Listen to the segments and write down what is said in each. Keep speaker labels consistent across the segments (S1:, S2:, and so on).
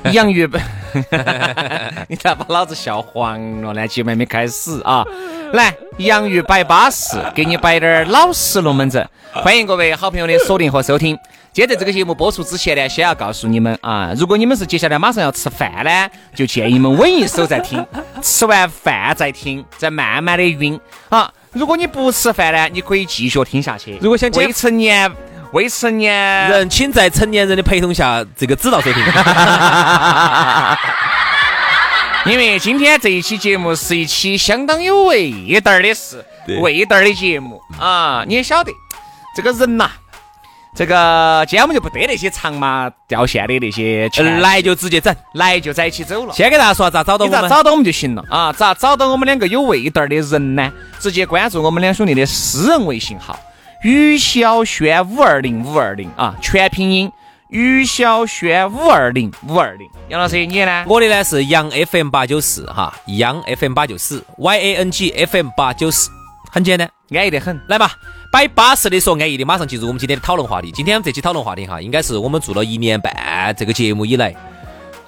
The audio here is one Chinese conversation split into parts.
S1: 洋芋摆，你咋把老子笑黄了呢？节目还没开始啊！来，洋芋摆巴适，给你摆点儿老实龙门阵。欢迎各位好朋友的锁定和收听。今天在这个节目播出之前呢，先要告诉你们啊，如果你们是接下来马上要吃饭呢，就建议你们稳一手再听，吃完饭再听，再慢慢的晕啊。如果你不吃饭呢，你可以继续听下去。
S2: 如果想减
S1: 未成年，未成年
S2: 人请在成年人的陪同下，这个指 导收听。
S1: 因为今天这一期节目是一期相当有味道儿的事
S2: 对，
S1: 味道儿的节目啊，你也晓得，这个人呐、这个今天我们就不得那些长麻掉线的那些钱，
S2: 来就直接整，
S1: 来就在一起走了。
S2: 先给大家说咋找到
S1: 你
S2: 我
S1: 咋
S2: 们？
S1: 找到我们就行了啊？咋找到我们两个有味道儿的人呢？直接关注我们两兄弟的私人微信号“于小轩五二零五二零”啊，全拼音“于小轩五二零五二零”。杨老师，你呢？
S2: 我的呢是杨 FM 八九四哈，杨 FM 八九四，Y A N G F M 八九四，很简单，
S1: 安逸得很。
S2: 来吧。摆巴适的说安逸的，马上进入我们今天的讨论话题。今天我们这期讨论话题哈，应该是我们做了一年半这个节目以来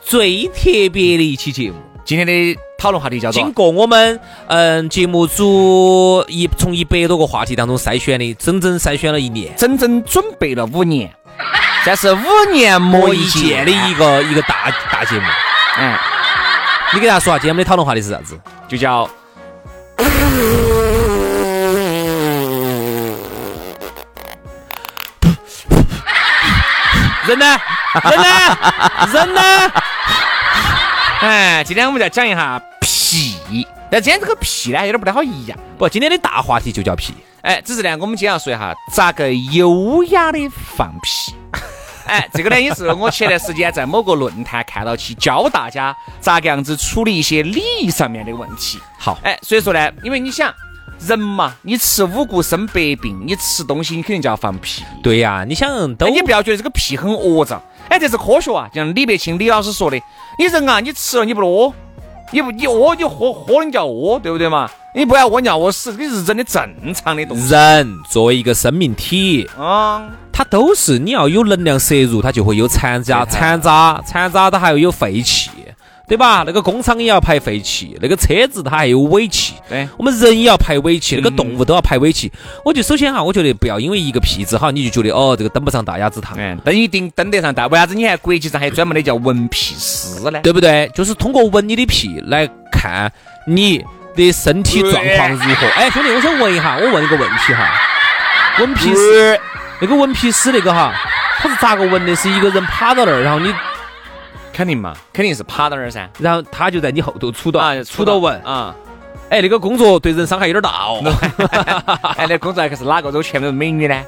S2: 最特别的一期节目。
S1: 今天的讨论话题叫做
S2: 经过我们嗯节目组一从一百多个话题当中筛选的，整整筛选了一年
S1: “整整准备了五 年，但是五年磨
S2: 磨
S1: 一
S2: 一剑
S1: 剑
S2: 的一个一个大大节目。”，
S1: 嗯，
S2: 你给大家说下今天我们的讨论话题是啥子？
S1: 就叫
S2: 人呢？人呢？人呢？
S1: 哎，今天我们就要讲一下屁。但今天这个屁呢，有点不太好一样。
S2: 不，今天的大话题就叫屁。
S1: 哎，只是呢，我们今天要说一下咋个优雅的放 屁。哎，这个呢也是我前段时间在某个论坛看到去教大家咋个样子处理一些礼仪上面的问题。
S2: 好，
S1: 哎，所以说呢，因为你想人嘛，你吃五谷生百病，你吃东西你肯定就要放屁。
S2: 对呀、你想都
S1: 哎你不要觉得这个屁很恶兆，哎，这是科学啊，就像李白清李老师说的，你人啊，你吃了你不屙，你不你屙你喝喝了你就要屙，对不对嘛？你不要屙你要屙死，这是人的正常的东西
S2: 人作为一个生命体，
S1: 啊。
S2: 它都是你要有能量摄入，它就会有残渣、
S1: 对
S2: 残渣、残渣，它还要有废气，对吧？那个工厂也要排废气，那个车子它还有尾气，
S1: 对嗯
S2: 我们人也要排尾气，那个动物都要排尾气。我就首先哈，我觉得不要因为一个屁字哈，你就觉得哦，这个登不上大雅之堂。
S1: 嗯，登一定登得上，但为啥子你看国际上还专门的叫闻屁师呢？
S2: 对不对？就是通过闻你的屁来看你的身体状况如何。哎，兄弟，我想问一下，我问一个问题哈，闻屁师那个闻屁师那个哈，他是咋个闻的？是一个人趴到那儿，然后你，
S1: 肯定嘛，肯定是趴到那儿噻。
S2: 然后他就在你后头杵到，
S1: 啊，
S2: 杵到闻。
S1: 啊，
S2: 哎，那个工作对人伤害有点大 哦。
S1: 哎，那工作还是哪个都全部都是美女呢？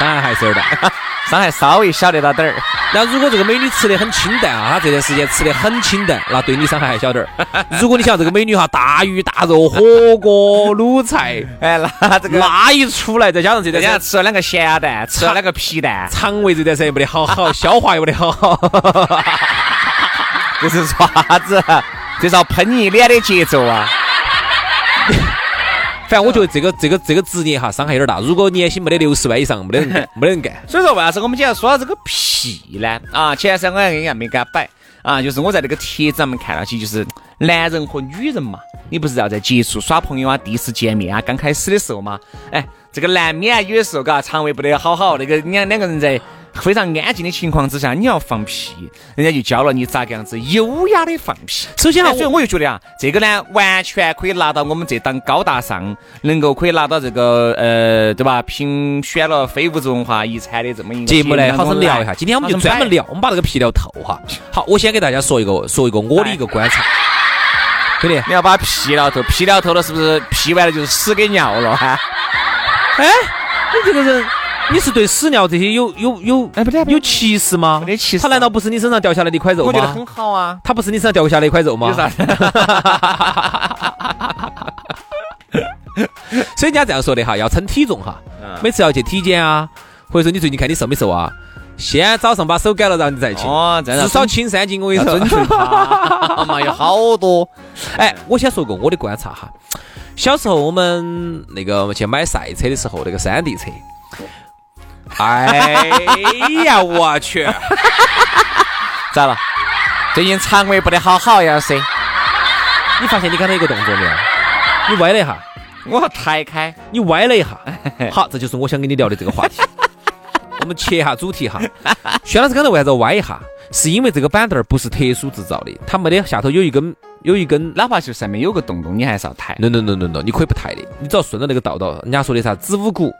S2: 伤害还是有点大。
S1: 伤害稍微小得到点儿。
S2: 那如果这个美女吃的很清淡啊，她这段时间吃的很清淡，那对你伤害还小点儿。如果你像这个美女哈，大鱼大肉、火锅、卤菜，
S1: 哎，那这个
S2: 那一出来，再加上这段
S1: 人
S2: 时
S1: 家
S2: 间
S1: 吃了两个咸蛋，吃了两个皮蛋，
S2: 肠胃这段时间也没得好好，消化也没得好好。
S1: 这是啥子？这是要喷你一脸的节奏啊！
S2: 反正我觉得这个这个这个职业哈，伤害有点大。如果年薪没得六十万以上，没得人干，没得人 干。
S1: 所以说，为啥子我们今天要说到这个屁呢？啊，前段时间我还跟人家没给他摆啊，就是我在那个帖子上面看到起，就是男人和女人嘛，你不是要在接触、耍朋友啊、第一次见面啊、刚开始的时候嘛，哎，这个难免啊有的时候嘎肠胃不得好好，那个两两个人在非常安静的情况之下，你要放屁，人家就教了你咋个样子优雅的放屁。
S2: 首先啊
S1: 哎所以
S2: 我
S1: 我就觉得啊，这个呢，完全可以拿到我们这档高大上，能够可以拿到这个呃，对吧？评选了非物质文化遗产的这么一个
S2: 节目
S1: 来
S2: 呢，好生聊一下。今天我们就专门。聊，我们把这个皮聊透哈。好，我先给大家说一个，说一个我的一个观 察，对的。
S1: 你要把屁聊透，屁聊透了是不是？屁完了就是屎给尿了哈？
S2: 哎，你这个人，你是对屎尿这些有有有
S1: 哎不对不对
S2: 有歧视吗？
S1: 没得歧视
S2: 它难道不是你身上掉下来的一块肉吗？
S1: 我觉得很好啊。
S2: 它不是你身上掉下来一块肉吗？
S1: 有啥？
S2: 所以人家这样说的哈，要称体重哈，每次要去体检啊，或者说你最近看你瘦没瘦啊，先早上把手改了，然后你再去，
S1: 哦，真的
S2: 至少轻三斤。我跟
S1: 要
S2: 你说
S1: 准，确 他嘛，有好多。
S2: 哎，我先说个我的观察哈，小时候我们那个去买赛车的时候，那个山地车，哎呀，我去！
S1: 咋了？最近肠胃不得好好呀噻？
S2: 你发现你刚才一个动作没有？你歪了一下，
S1: 我抬开，
S2: 你歪了一下。好，这就是我想跟你聊的这个话题。我们切一下主题哈。薛老师刚才为啥子要歪一下？是因为这个板凳儿不是特殊制造的，它没得下头有一根有一根。
S1: 哪怕就上面有个洞洞，你还是要抬。
S2: no no no no no，你可以不抬的，你只要顺着那个道道，人家说的啥子五谷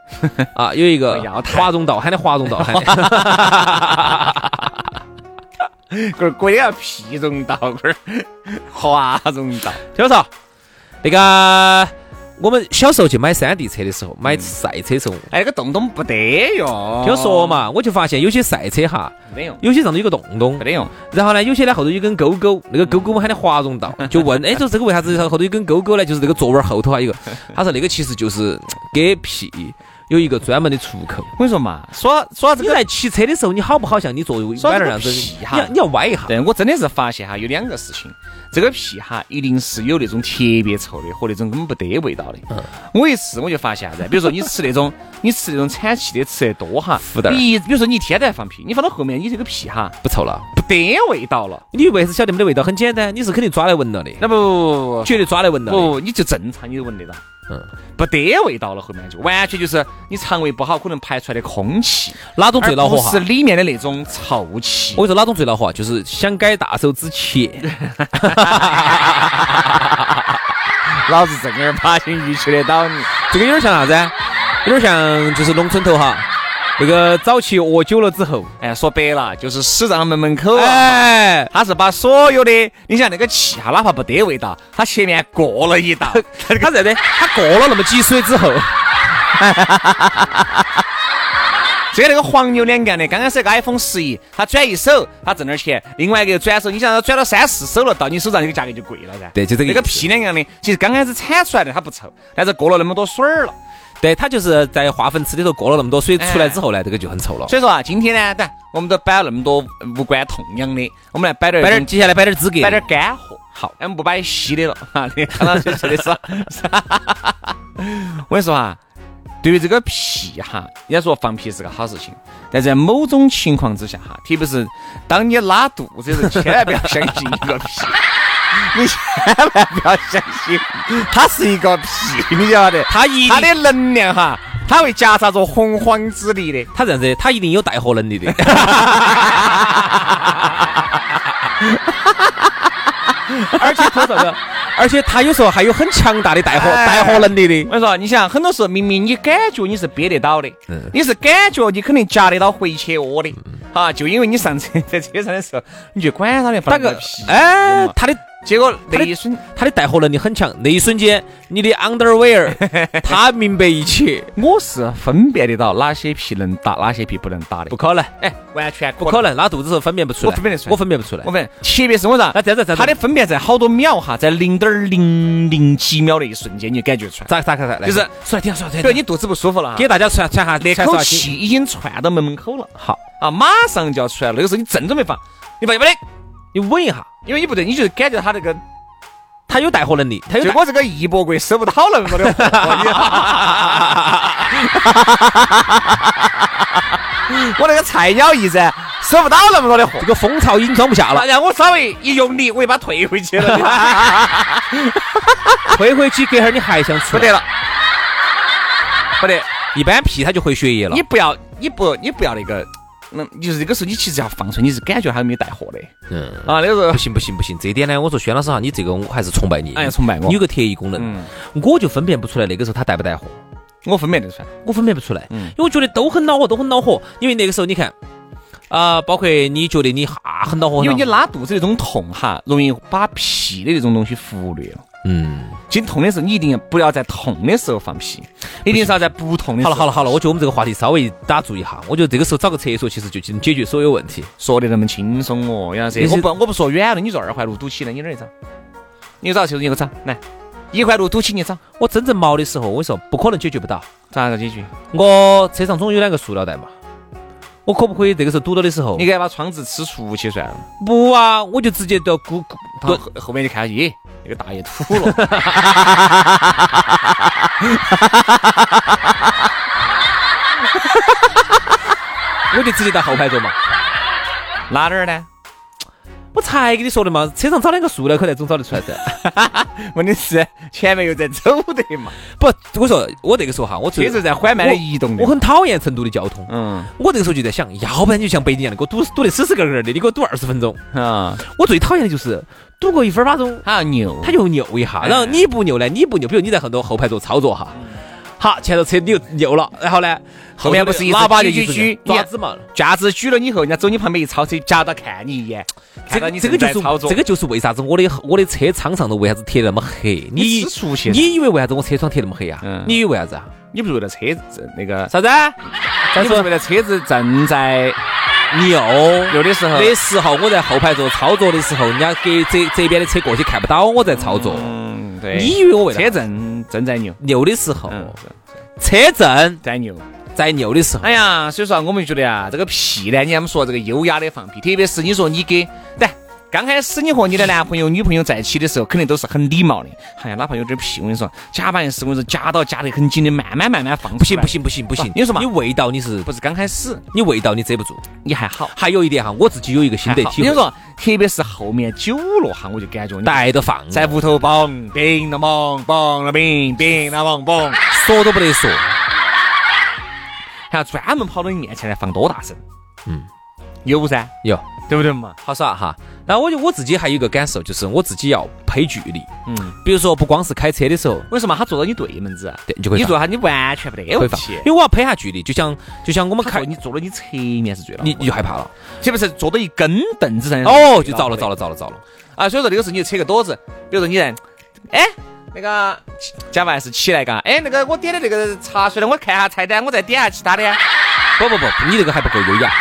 S2: 啊，有一个
S1: 不要抬
S2: 华容道喊的华容道喊的，
S1: 滚滚要屁融道，滚华容道。
S2: 听我说，那个我们小时候去买山地车的时候，买
S1: 嗯
S2: 赛车的时候，
S1: 哎，那个洞洞不得用。
S2: 听我说，嘛，我就发现有些赛车哈，
S1: 没得用，
S2: 有些上头有个洞洞
S1: 没，得用。
S2: 然后呢，有些呢后头有根钩钩，那个钩钩我们喊的华容道，就问，哎，说这个为啥子后头有根钩钩呢？就是这个座位儿后头还有一个，他说那个其实就是给屁有一个专门的出口。
S1: 我跟你说嘛，说说这
S2: 你
S1: 个，
S2: 在骑车的时候，你好不好像你坐
S1: 说
S2: 摆那
S1: 这个
S2: 儿样子？
S1: 屁
S2: 你
S1: 哈
S2: 要你要歪一下。
S1: 对我真的是发现哈，有两个事情，这个屁哈，一定是有那种特别臭的和那种根本不得味道的。
S2: 嗯
S1: 我一吃我就发现啥子，比如说你吃那种，你吃那种产气的吃得多哈
S2: 负担，儿
S1: 你一比如说你一天都在放屁，你放到后面你这个屁哈
S2: 不臭了。
S1: 不得味道了。
S2: 你为啥子晓得没得味道？很简单，你是肯定抓来闻了的，
S1: 那不不
S2: 绝对抓来闻了
S1: 不
S2: 的。
S1: 不，哦你就正常你就闻得到，
S2: 嗯，
S1: 不得味道了，后面就完全就是你肠胃不好，可能排出来的空气，
S2: 哪种
S1: 而
S2: 最恼火
S1: 不
S2: 哈？
S1: 是里面的那种臭气
S2: 我。跟你说哪种最恼火啊？就是想改大手之前，
S1: 老子正儿八经预期得到你。
S2: 这个有点像啥子啊？有点像就是农村头哈，那个早期饿久了之后，
S1: 哎，说白了就是死在他们门口啊。
S2: 哎，
S1: 他是把所有的，你想那个气哈，哪怕不得味道，他前面过了一道，
S2: 他这边他过了那么几水之后，
S1: 这个那个黄牛两干的，刚开始 iPhone 十一，他转一手，他挣点钱，另外一个转手，你想他转了三四手了，到你手上这个价格就贵了噻。
S2: 对就这个
S1: 那个
S2: 意思
S1: 屁两样的，其实刚开始产出来的它不臭，但是过了那么多水儿了。
S2: 对他就是在化粪池里头过了那么多水
S1: 哎
S2: 出来之后呢，这个就很臭了。
S1: 所以说啊，今天呢，对，我们都摆了那么多无关痛痒的，我们来摆点
S2: 摆点，接下来摆点资格，
S1: 摆点干货。
S2: 好，
S1: 哎，我们不摆稀的了哈。你看到这这的是， 我跟你说哈，对于这个屁哈，人家说放屁是个好事情，但在某种情况之下哈，特别是当你拉肚子的时候，千万不要相信一 个屁，你千万不要相信它是一个屁，你晓得？
S2: 他一定
S1: 它的能量哈，它会夹杂着洪荒之力的。
S2: 他这样子，他一定有带货能力 的。 而且 他啥子？而且他有时候还有很强大的带货
S1: 哎
S2: 带货能力的。
S1: 我跟你说，你想，很多时候明明你感觉你是憋得到的，
S2: 嗯
S1: 你是感觉你肯定夹得到回去窝的，啊，就因为你上车在车上的时候，你就管他的，
S2: 打
S1: 放
S2: 个
S1: 屁，
S2: 哎，他的
S1: 结果那
S2: 他
S1: 一
S2: 的
S1: 瞬，
S2: 他的带货能力很强，那一瞬间你的 underwear 他明白一切，
S1: 我是分辨得到哪些屁能打，哪些屁不能打的
S2: 不，可能，
S1: 哎，完全
S2: 不可能，拉肚子时候分辨不出来，
S1: 我分辨得出来
S2: 我分辨不出来
S1: 我。们特别是我啥
S2: 那，这样子，这样子
S1: 它的分辨在好多秒哈，在零点零零几秒的一瞬间，你就感觉出来，
S2: 咋咋咋咋，来
S1: 就是
S2: 出来听说来
S1: 比如
S2: 听，
S1: 你肚子不舒服了哈，
S2: 给大家传传下
S1: 那
S2: 传
S1: 口
S2: 下
S1: 气已经窜到门门口了
S2: 好，
S1: 啊，马上就要出来了，那个时候你正准备放，你放不得。
S2: 你稳一下，
S1: 因为你不对，你就感觉他这个，
S2: 他有带货能力，他有
S1: 就
S2: 带
S1: 我这个一博贵收不到那么多的 货，我那个菜鸟驿站收不到那么多的货
S2: 这，个风潮已经装不下了。
S1: 然后我稍微一用力，我就把它退回 去了，
S2: 退回去，隔会儿你还想出
S1: 不
S2: 来？
S1: 得了，不得，
S2: 一般屁它就回血液了
S1: 你。不要，你不，你不要那个，嗯，就是这个时候你其实要放出来，你是感觉他没带货的
S2: 嗯，
S1: 啊，那个时候
S2: 不行不行不行，这一点呢，我说轩老师哈，啊你这个我还是崇拜你。
S1: 哎呀崇拜我嗯
S2: 你有个特异功能，我就分辨不出来那个时候他带不带货，
S1: 我分辨得出来，
S2: 我分辨不出来，
S1: 嗯
S2: 因为我觉得都很恼火，都很恼火。因为那个时候你看，啊、包括你觉得你哈很恼火，
S1: 因为你
S2: 很恼火
S1: 拉肚子那种痛哈，容易把屁的那种东西忽略了。
S2: 嗯，
S1: 经痛的时候，你一定不要在痛的时候放屁，一定是要在不痛的时
S2: 好了
S1: 候。
S2: 好了好了，我觉得我们这个话题稍微打住一下，我觉得这个时候找个厕所其实就能解决所有问题。
S1: 说的那么轻松哦，杨老师
S2: 你，是
S1: 我不我不说远了，你说二环路堵起了，你哪儿找？你找就是一个找，来，一环路堵起你找，
S2: 我真正毛的时候，我跟你说不可能解决不到。
S1: 咋个解决？
S2: 我车上总有两个塑料袋嘛，我可不可以这个时候堵到的时候
S1: 你？给他把窗子吃出去算了。
S2: 不啊，我就直接到咕咕
S1: 后
S2: 蹲
S1: 后后面就看到，咦，那个大爷吐了。
S2: 我就直接到后排坐嘛。
S1: 哪点儿呢？
S2: 我才跟你说的嘛，车上找两个塑料口袋总找得出来噻。
S1: 问题是前面又在走的嘛，
S2: 不，我说我这个时候哈，我
S1: 车是在缓慢的移动的
S2: 我。很讨厌成都的交通。
S1: 嗯
S2: 我这个时候就在想，要不然你就像北京一样的，给我堵堵得死死个个的，你给我堵二十分钟。
S1: 啊，
S2: 我最讨厌的就是堵个一分八钟，
S1: 他要扭，
S2: 他就扭一下，
S1: 哎
S2: 然后你不扭呢，你不扭，比如你在很多后排座操作哈，
S1: 嗯
S2: 好，前头车你又扭了，然后呢，
S1: 后面不是一直
S2: 喇叭就
S1: 举
S2: 一直
S1: 举举
S2: 抓子嘛。
S1: 架子举了以后，人家走你旁边一超车，夹到看你一眼，
S2: 这
S1: 看到
S2: 个
S1: 你
S2: 这个就
S1: 正在操
S2: 是
S1: 作
S2: 这个就是为啥子我的我的车窗上头为啥子贴那么黑？你
S1: 你吃出去了
S2: 你以为为啥子我车窗贴那么黑啊
S1: 嗯？
S2: 你以为为啥子啊？
S1: 你不是为了车子那个，
S2: 啥子？
S1: 你不是为了车子正在
S2: 扭
S1: 有的时候
S2: 的时候，我在后排座操作的时候，人家给这这边的车过去看不到我在操作。
S1: 嗯，对，
S2: 你以为我为
S1: 车
S2: 了
S1: 正正在扭，
S2: 扭的时候，
S1: 嗯，
S2: 车震
S1: 在扭。
S2: 在扭的时候，
S1: 哎呀，所以说啊我们觉得啊，这个屁呢，你看我们说这个优雅的放屁，特别是你说你给，来，刚开始你和你的男朋友、女朋友在一起的时候，肯定都是很礼貌的。哎呀，哪怕有点屁，我跟你说，夹把硬是我跟你说夹到夹得很紧的，慢慢慢慢放
S2: 不行
S1: 出来
S2: 不，行不行不行，
S1: 你说嘛
S2: 你味道你是
S1: 不是刚开始
S2: 你味道你遮不住。
S1: 你还好，
S2: 还有一点哈，我自己有一个心得
S1: 还好
S2: 体
S1: 你
S2: 会，
S1: 说，特别是后面久了哈，我就感觉你
S2: 带着放，
S1: 在屋头蹦叮了蹦蹦了蹦叮了蹦蹦，
S2: 说都不得说。
S1: 还要专门跑到你面前来放多大声，
S2: 嗯，
S1: 有噻，
S2: 有
S1: 对不对嘛？
S2: 好耍哈。然后我就我自己还有一个感受，就是我自己要配距离，
S1: 嗯。
S2: 比如说不光是开车的时候，
S1: 为什么他坐到你对门子，啊
S2: 对你就会
S1: 你
S2: 放
S1: 坐他你完全没得
S2: 会
S1: 问
S2: 放
S1: 题，。
S2: 因为我要配下距离，就像就像我们
S1: 哎他
S2: 开
S1: 坐，你坐到你侧面是最恼火
S2: 你
S1: 的，
S2: 你就害怕了。
S1: 特别是坐到一根凳子上
S2: 哦，就糟了糟了
S1: 了
S2: 糟了糟了。
S1: 啊！所以说这个时候你就扯个躲子，比如说你在，哎，那个加饭是起来嘎，哎，那个我点的那个茶水呢，我看下菜单，我再点下其他的呀。
S2: 不不不，你这个还不够优雅。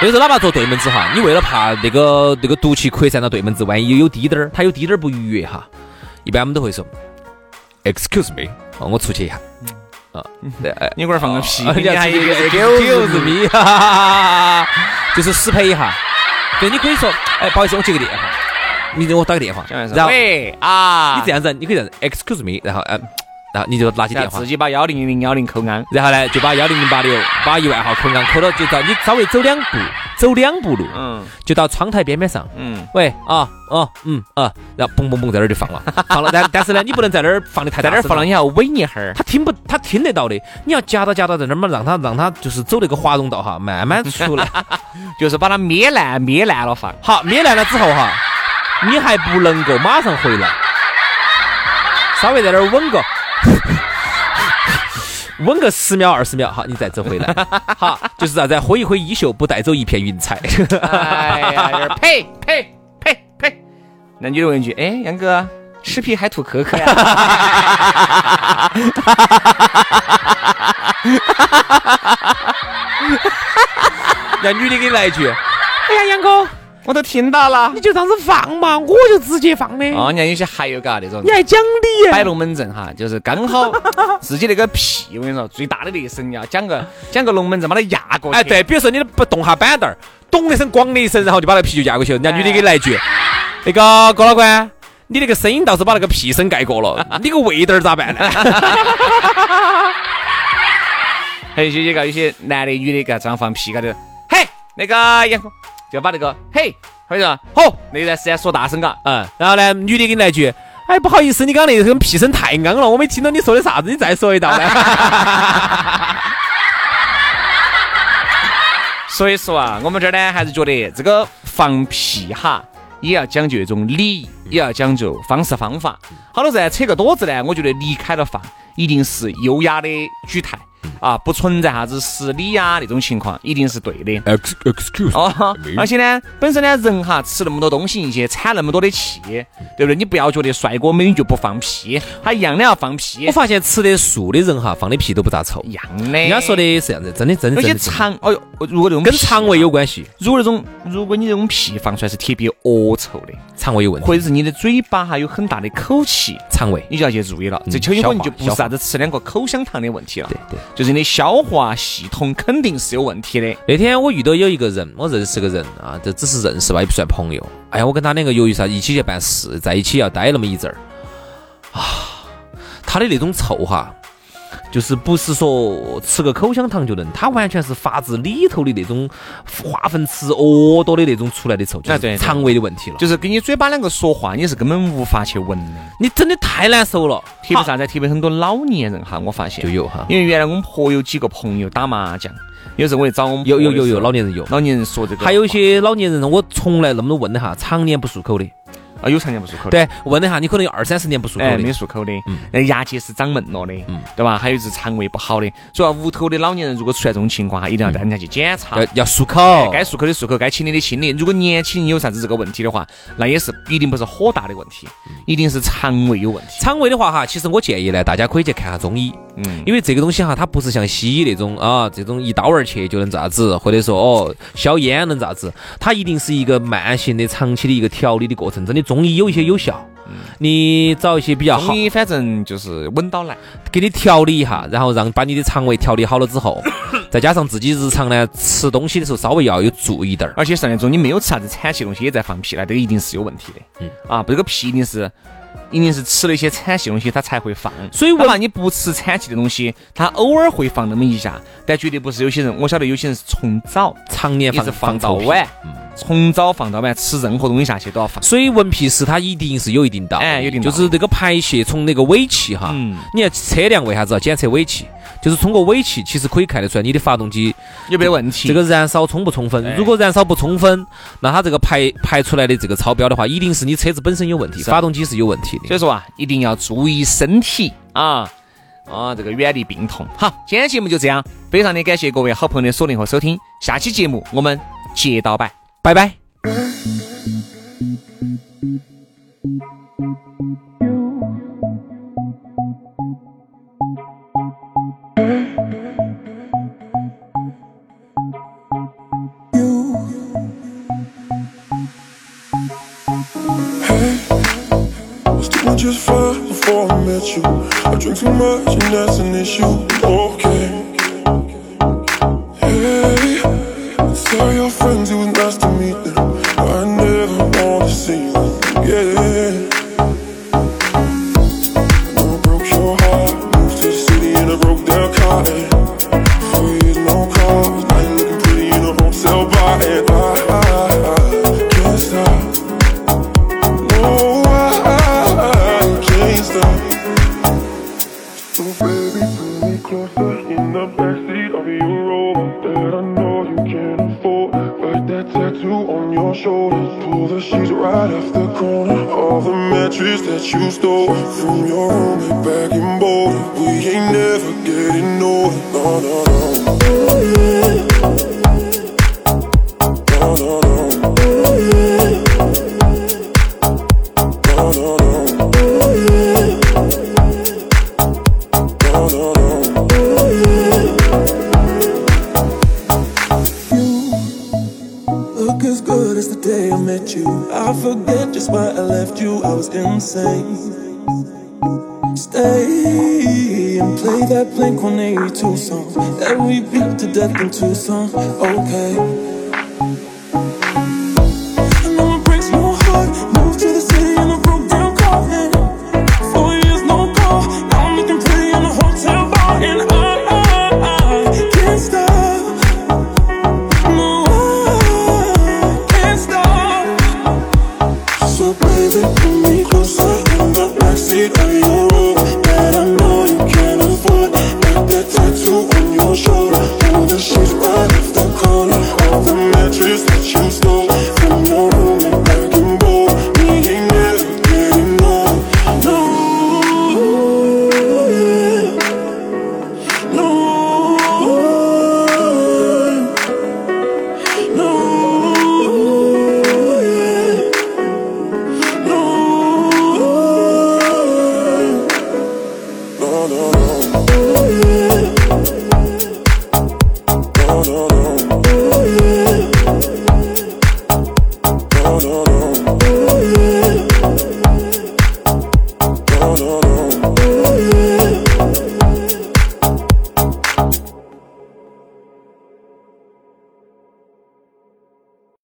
S2: 那个时候哪怕坐对门子哈，你为了怕那个那个毒气扩散到对门子，万一有滴点儿，它有滴点儿不愉悦哈，一般我们都会说，Excuse me，哦，我出去一下。啊，对，哎
S1: 你给我放个屁，
S2: 人
S1: 你
S2: 家
S1: 还一个
S2: 九十米，哈哈哈哈哈就是失陪一下。对，你可以说，哎，不好意思，我接个电话，你给我打个电话，然
S1: 然
S2: 后
S1: 后
S2: 你
S1: 喂啊，
S2: 这样子，你可以这样子，Excuse me，然后嗯，然后你就拿起电
S1: 然
S2: 话
S1: 后自，己把幺零零幺零扣安，
S2: 然后呢，就把幺零零八六把一万号口岸扣到，就到你稍微走两步，走两步路，
S1: 嗯
S2: 就到窗台边边上。
S1: 嗯，
S2: 喂啊哦嗯啊，然后嘣嘣嘣在那儿就放 了，放了，但但是呢，你不能在那儿放的太
S1: 在
S2: 大
S1: 那
S2: 声
S1: 儿放了，你要稳一会儿，
S2: 他听不他听得到的。你要夹到夹到在那儿嘛，让他让他就是走那个华容道哈，慢慢出来。
S1: 就是把它搣烂搣烂了放。
S2: 好，灭烂了之后哈，你还不能够马上回来，稍微在那儿稳个，稳个十秒二十秒，好，你再走回来。好，就是啥子啊，挥一挥衣袖，不带走一片云彩。
S1: 哎呀，有点儿呸呸呸呸！那女的问一句，哎，杨哥，吃屁还吐壳壳呀？
S2: 让女的给你来一句，
S1: 哎呀，杨哥，我都听到了。
S2: 你就这样子放嘛，我就直接放的。
S1: 哦，你看有些还有啊嘎那种
S2: 你还讲理
S1: 摆
S2: 呀？
S1: 龙门阵哈，就是刚好自己那个屁，我跟你说，最大的那一声要讲个讲个龙门阵，把它压过去。
S2: 哎，对，，比如说你不动下板凳儿，咚的一声，咣的一声，然后就把那个啤酒压过去，人家女的给你来一句，那个郭老官。你那个声音倒是把那个屁声盖过了，你个味道儿咋办呢？
S1: 还有一些个有些男的女的嘎这样放屁嘎的，嘿，那个杨哥就把那个嘿，或者说吼，那段时间说大声嘎，啊呃
S2: 嗯，然后呢，女的给你来一句，哎，不好意思，你刚刚那个屁声太昂了，我没听到你说的啥子，你再说一道呢？
S1: 所以说啊，我们这儿呢还是觉得这个放屁哈，也要讲究一种礼仪，也要讲究方式方法。好多噻，扯个多子呢，我觉得离开了放，一定是优雅的举态啊，不存在啥子失礼呀那种情况，一定是对的。
S3: Ex- Excuse
S1: 哦
S2: 嗯
S3: me，
S1: 而且呢，本身呢，人哈吃那么多东西进去，产那么多的气，对不对？你不要觉得帅哥美女就不放屁，他一样的要放屁
S2: 我，发现吃的素的人哈，放的屁都不咋臭
S1: 一。样的。
S2: 人家说，的是这样子，真的，真的，
S1: 有些
S2: 真的，真的
S1: 肠，哎呦，如果那种
S2: 跟
S1: 屁啊
S2: 肠胃有，关系，
S1: 如果那种，如果你这种屁放出来是特别恶臭的，
S2: 肠胃有问题，
S1: 或者是你的嘴巴哈有很大的口气，
S2: 肠胃。
S1: 你就要去注意了。这
S2: 嗯
S1: 秋有可能
S2: 消化
S1: 就不是
S2: 消化
S1: 啥子吃两个口香糖的问题了，
S2: 对对。
S1: 就是你的消化系统肯定是有问题的。
S2: 那天我遇到有一个人，我认识个人啊，这只是认识吧，也不算朋友。哎呀，我跟他两个由于啥一起去办事，在一起要待那么一阵儿啊，他的那种臭哈，就是不是说吃个口香糖就能，他完全是发自里头的那种化粪池恶哦多的那种出来的臭，就
S1: 哎对
S2: 是肠胃的问题了。就
S1: 就是跟你嘴巴两个说话，你是根本无法去闻的。
S2: 你真的太难受了，
S1: 特别啥子？特别很多老年人哈，我发现
S2: 就有哈，
S1: 因为原来我们婆有几个朋友打麻将，有时候我就找我们
S2: 有有
S1: 婆的
S2: 有
S1: 时
S2: 有
S1: 候
S2: 老年人有，
S1: 老年人说这个话，
S2: 还有一些老年人呢，我从来那么多问的哈，常年不漱口的，
S1: 啊有常年不漱口的，
S2: 对，问的哈，你可能有二三十年不漱口
S1: 哎没
S2: 的，
S1: 漱口的
S2: 嗯，
S1: 那牙结石长闷了的
S2: 嗯，
S1: 对吧？还有就是肠胃不好的，所以啊屋头的老年人如果出现这种情况哈，一定要带人家去检查
S2: 要。要漱
S1: 哎
S2: 口，
S1: 该漱口的漱口，该清理的清理。如果年轻人有啥子这个问题的话，那也是一定不是火大的问题，一定是肠胃有问题。
S2: 肠胃的话哈，其实我建议呢，大家可以去看下中医，
S1: 嗯，
S2: 因为这个东西哈，它不是像西医那种啊，这种一刀儿切就能咋子，或者说哦消炎能咋子，它一定是一个慢性的、长期的一个调理的过程。真的，中医有一些有效，
S1: 嗯
S2: 你找一些比较好
S1: 中，医反正就是稳到来，
S2: 给你调理一下，然后让把你的肠胃调理好了之 后，再加上自己日常呢吃东西的时候稍微要有注意点儿。
S1: 而且上那种你没有吃啥子产气的东西也在放屁，那这个一定是有问题的。
S2: 嗯，
S1: 啊，这个屁一定是一定是吃了一些产气的东西它才会放。
S2: 所以我
S1: 哪怕你不吃产气的东西，它偶尔会放那么一下，但绝对不是有些人。我晓得有些人是从早
S2: 常年
S1: 一
S2: 放
S1: 直放到
S2: 臭屁嗯
S1: 晚，从早放到晚，吃任何东西下去都要放。
S2: 所以闻屁是它一定是有一定道理，
S1: 哎有一定道
S2: 就
S1: 理
S2: 是这个排泄从那个尾气哈，
S1: 嗯
S2: 你要测量为啥子要检测尾气，就是通过尾气其实可以看得出来你的发动机
S1: 有没有问题？
S2: 这个燃烧充不充分
S1: 哎。
S2: 如果燃烧不充分，那它这个排排出来的这个超标的话，一定是你车子本身有问题，
S1: 是啊
S2: 发动机是有问题
S1: 所
S2: 的。
S1: 以说啊，一定要注意身体啊啊，这个远离病痛。好，今天节目就这样，非常的感谢各位好朋友的锁定和收听，下期节目我们接到摆。
S2: 拜拜。
S4: was doing just fine before I met you. I drink too much and that's an issue. Okay. Hey, tell your friends it was nice to meet them. but I never want to see them again. I broke your heart, moved to the city in a broke down car. And four years, no calls. Now you're looking pretty in a hotel bar. And I, I, I can't stop. No, I can't stop. So baby, pull me closer in the backseat of your rover that I know you can't afford. Like that tattoo on your shoulders, pull the sheets right off the corner. All the mattress that you stole from your roommate back in Boulder, we ain't never getting older. No, no, no. No, no, no. No, no, no. No, no, no.
S5: Look as good as the day I met you. I forget just why I left you. I was insane. Stay and play that Blink 182 song that we beat to death in Tucson. Okay. And now it breaks my heart. Moved to the city in a broke down car. And Four years no call. Now I'm looking pretty in a hotel bar, and I, I, I can't stop. No, I can't stop. So baby, pull me closer. I'm not
S4: your shoulder, all the sheets right off the corner, all the mattress that you stole from your roommate back in Boulder. We ain't never getting on, no, yeah. no, yeah. no, yeah. no. yeah. No, no, no. No, no, no. No, no, no.